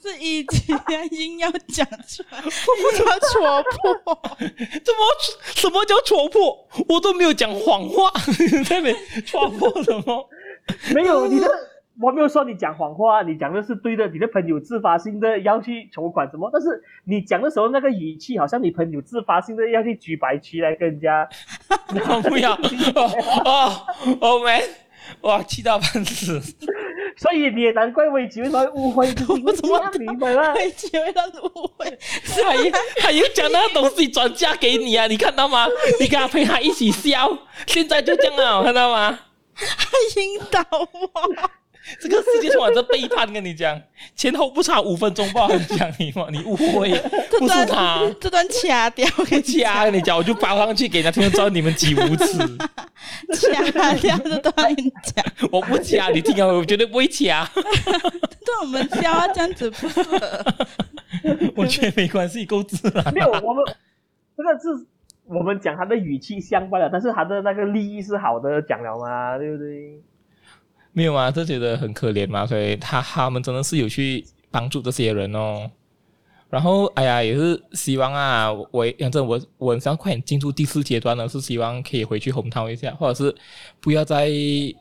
Speaker 3: 是是一直要硬要讲出来，硬要戳破。
Speaker 1: 怎么什么叫戳破？我都没有讲谎话， 在那边戳破什么？
Speaker 2: 没有你的，我没有说你讲谎话，你讲的是对的，你的朋友自发性的要去筹款什么，但是你讲的时候那个语气好像你朋友自发性的要去举白旗来跟人家，
Speaker 1: 我不要，哦哦哦，man，哇，气到半死。
Speaker 2: 所以你也难怪我以前为什么会误会，就是因为
Speaker 3: 我怎么
Speaker 2: 这样你明白吗？
Speaker 3: 会结为让误会，
Speaker 1: 还还有将那个东西转嫁给你啊，你看到吗？你跟他陪他一起笑，现在就这样啊，看到吗？
Speaker 3: 他引导我，
Speaker 1: 这个世界充满着背叛，跟你讲，前后不差五分钟吧，很讲你嘛，你误会，
Speaker 3: 这
Speaker 1: 不是他
Speaker 3: 段，这段掐掉，我跟你
Speaker 1: 掐跟你讲，我就包上去给人家听，知道你们几无耻，
Speaker 3: 讲掐掉这段讲，
Speaker 1: 我不掐，你听啊，我绝对不会掐，
Speaker 3: 这段我们笑啊，这样 子不适合。
Speaker 1: 我觉得没关系，够自然，
Speaker 2: 没有，我们这个是我们讲他的语气相关了，但是他的那个利益是好的，讲了嘛，对不对？
Speaker 1: 没有啊，这觉得很可怜嘛，所以他他们真的是有去帮助这些人哦。然后，哎呀，也是希望啊，我我讲真，我我很想快点进入第四阶段了，是希望可以回去红桃一下，或者是不要再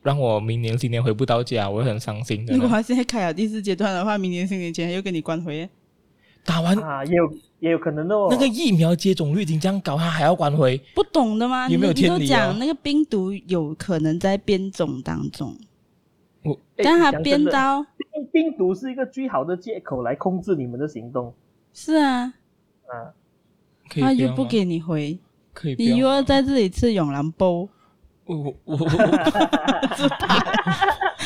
Speaker 1: 让我明年新年回不到家，我会很伤心的
Speaker 3: 如果
Speaker 1: 呢。
Speaker 3: 他现在开了第四阶段的话，明年新年前又跟你关回，
Speaker 1: 打完
Speaker 3: 哦
Speaker 2: 啊，也有也有可能的哦。
Speaker 1: 嗯那个疫苗接种率已经这样高，他还要关回，
Speaker 3: 不懂的吗？
Speaker 1: 有没有
Speaker 3: 你你都
Speaker 1: 天理啊
Speaker 3: 讲那个病毒有可能在变种当中，
Speaker 2: 哎
Speaker 3: 但它
Speaker 2: 讲真
Speaker 3: 变
Speaker 2: 的
Speaker 3: 到
Speaker 2: 病病毒是一个最好的借口来控制你们的行动。
Speaker 3: 是啊，
Speaker 2: 啊，
Speaker 1: 可以
Speaker 3: 他
Speaker 1: 不
Speaker 3: 又
Speaker 1: 要
Speaker 3: 不
Speaker 1: 吗，
Speaker 3: 给你回，
Speaker 1: 可以不
Speaker 3: 你又
Speaker 1: 要
Speaker 3: 要
Speaker 1: 吗。
Speaker 3: 在这里吃永兰煲，
Speaker 1: 我我我我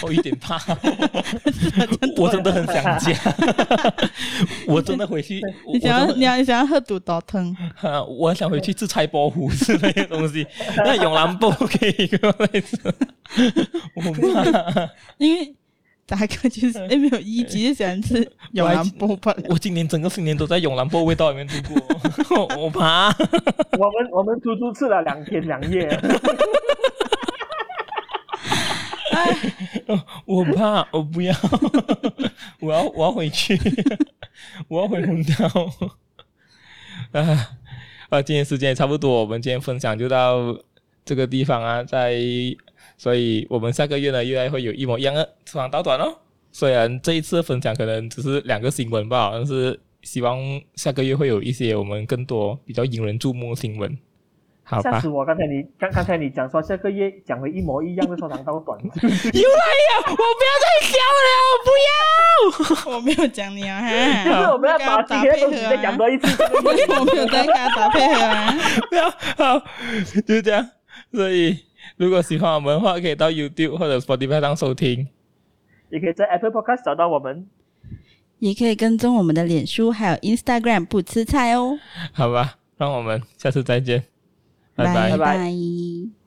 Speaker 1: 我有点怕，我真的很想家，我真的回去，我
Speaker 3: 你想要
Speaker 1: 我真
Speaker 3: 你
Speaker 1: 的
Speaker 3: 要你想要喝肚刀汤，
Speaker 1: 啊我很想回去吃菜包糊之类的东西，那永兰煲可以给我来吃，我很怕，
Speaker 3: 因为大哥 就是哎没有一级就喜欢吃永兰煲吧，
Speaker 1: 我今年整个新年都在永兰煲味道里面度过，我怕。
Speaker 2: 我们我们足足吃了两天两夜，
Speaker 1: 我怕，我不要， 我要我要回去， 我要回红岛。啊啊！今天时间也差不多，我们今天分享就到这个地方啊，在，所以我们下个月呢，又来会有一模一样的出访到短哦。虽然这一次的分享可能只是两个新闻吧，但是希望下个月会有一些我们更多比较引人注目的新闻， 好
Speaker 2: 吓
Speaker 1: 吧
Speaker 2: 死？我！刚才你刚刚才你讲说下个月讲回一模一样的说长到短，
Speaker 1: 又来呀！ 我不要再笑了，不要。
Speaker 3: 我没有讲你啊，哈
Speaker 2: 就是 我们要把今
Speaker 3: 打
Speaker 2: 天的
Speaker 3: 配
Speaker 2: 东
Speaker 3: 合
Speaker 2: 西
Speaker 3: 啊
Speaker 2: 再讲多一次。
Speaker 3: 我没有在跟他打配合啊。
Speaker 1: 不要 好，就这样。所以如果喜欢我们的话，可以到 YouTube 或者 Spotify 上收听。
Speaker 2: 也可以在 Apple Podcast 找到我们。
Speaker 3: 也可以跟踪我们的脸书还有 Instagram 不吃菜哦，
Speaker 1: 好吧，让我们下次再见，拜
Speaker 2: 拜
Speaker 3: 拜
Speaker 2: 拜
Speaker 3: 拜